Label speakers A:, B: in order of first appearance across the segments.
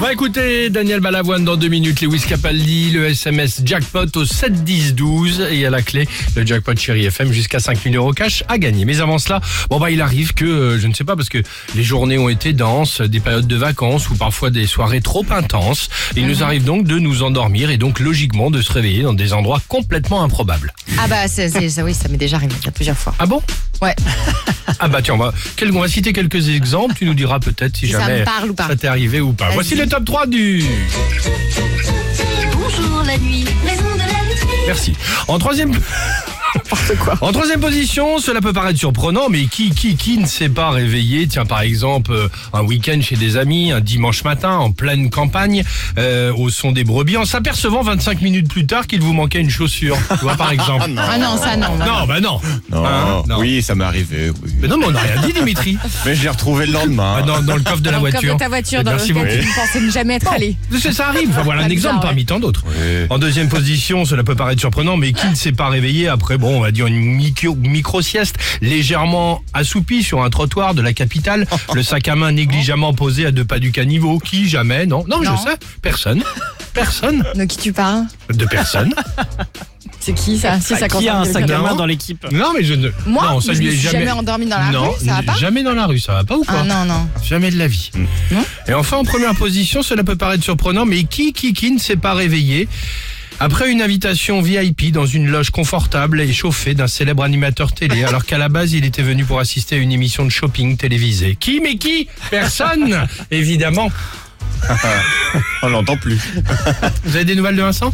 A: va écouter Daniel Balavoine dans deux minutes, Lewis Capaldi, le SMS jackpot au 7 10 12 et à la clé le jackpot chéri FM jusqu'à 5000 euros cash à gagner. Mais avant cela, bon bah il arrive que euh, je ne sais pas parce que les journées ont été denses, des périodes de vacances ou parfois des soirées trop intenses. Il nous arrive donc de nous endormir et donc logiquement de se réveiller dans des endroits complètement improbables.
B: Ah bah c'est- c'est- ça, oui, ça m'est déjà arrivé là, plusieurs fois.
A: Ah bon
B: Ouais.
A: Ah bah tiens, on va, quel- on va citer quelques exemples, tu nous diras peut-être si
B: Ça
A: jamais
B: me parle ou pas.
A: ça t'est arrivé ou pas.
B: Vas-y.
A: Voici le top 3 du...
C: Bonjour la nuit, maison de la nuit.
A: Merci. En troisième... En troisième position, cela peut paraître surprenant, mais qui, qui, qui ne s'est pas réveillé Tiens, par exemple, euh, un week-end chez des amis, un dimanche matin, en pleine campagne, euh, au son des brebis, en s'apercevant 25 minutes plus tard qu'il vous manquait une chaussure, tu vois, par exemple.
B: Ah non, ça non. non.
A: Non, bah non.
D: Non,
A: Hein, non.
D: oui, ça m'est arrivé. oui.
A: Mais non, mais on n'a rien dit, Dimitri.
D: Mais je l'ai retrouvé le lendemain.
A: Ah, Dans, dans le coffre de la
E: Dans le coffre
A: voiture. Eh
E: de ta
F: Eh
E: voiture, dans
A: Merci
E: lequel
A: beaucoup.
E: tu ne pensais ne jamais être allé.
A: Ça, ça arrive. Enfin, voilà un
E: Pas bizarre,
A: exemple
E: ouais.
A: parmi tant d'autres.
D: Oui.
A: En deuxième position, cela peut paraître surprenant, mais qui ne s'est pas réveillé après, bon, on va dire une micro- micro-sieste légèrement assoupie sur un trottoir de la capitale, le sac à main négligemment posé à deux pas du caniveau, qui jamais, non, non,
B: Non.
A: je sais, personne, personne,
B: De qui tu parles
A: de personne.
E: C'est qui ça Si ça
F: Qui a un
E: concerne
F: sac à
A: Non.
F: main dans l'équipe
A: Non, mais je ne,
B: Moi,
A: non,
B: je me suis jamais endormie dans la
A: non,
B: rue, ça va pas
A: jamais dans la rue, ça va pas ou quoi
B: Ah non, non.
A: Jamais de la vie.
B: Non.
A: Et enfin, en première position, cela peut paraître surprenant, mais qui, qui, qui ne s'est pas réveillé après une invitation VIP dans une loge confortable et chauffée d'un célèbre animateur télé, alors qu'à la base, il était venu pour assister à une émission de shopping télévisée. Qui, mais qui Personne, évidemment.
D: On l'entend plus.
A: Vous avez des nouvelles de Vincent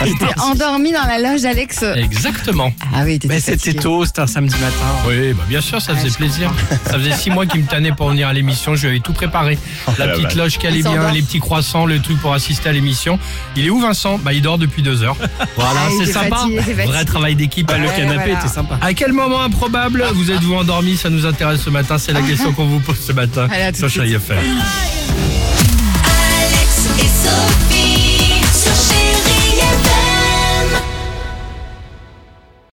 B: T'es endormi dans la loge, Alex.
A: Exactement.
B: Ah oui,
F: Eh. Mais
B: t'étais
F: c'était
B: fatigué.
F: tôt, c'était un samedi matin.
A: Oui, bah bien sûr, ça
B: Ouais,
A: faisait
B: je
A: plaisir. Ça faisait six mois qu'il me tannait pour venir à l'émission. Je lui avais tout préparé. La
D: Oh, la
A: petite
D: vache.
A: loge qui allait
B: Il
A: bien,
B: s'endort.
A: les petits croissants, le truc pour assister à l'émission. Il est où Vincent Bah il dort depuis deux heures. Voilà,
B: Ah, il
A: c'est
B: était
A: sympa.
B: fatigué, il était fatigué. Ah,
A: Vrai travail d'équipe.
F: Bah, le
B: Ouais,
F: canapé
B: voilà.
F: était sympa.
A: À quel moment improbable vous êtes-vous endormi Ça nous intéresse ce matin. C'est la question qu'on vous pose ce matin
B: Ah. Allez, à tout de
A: sur
B: suite.
A: Chérie FM.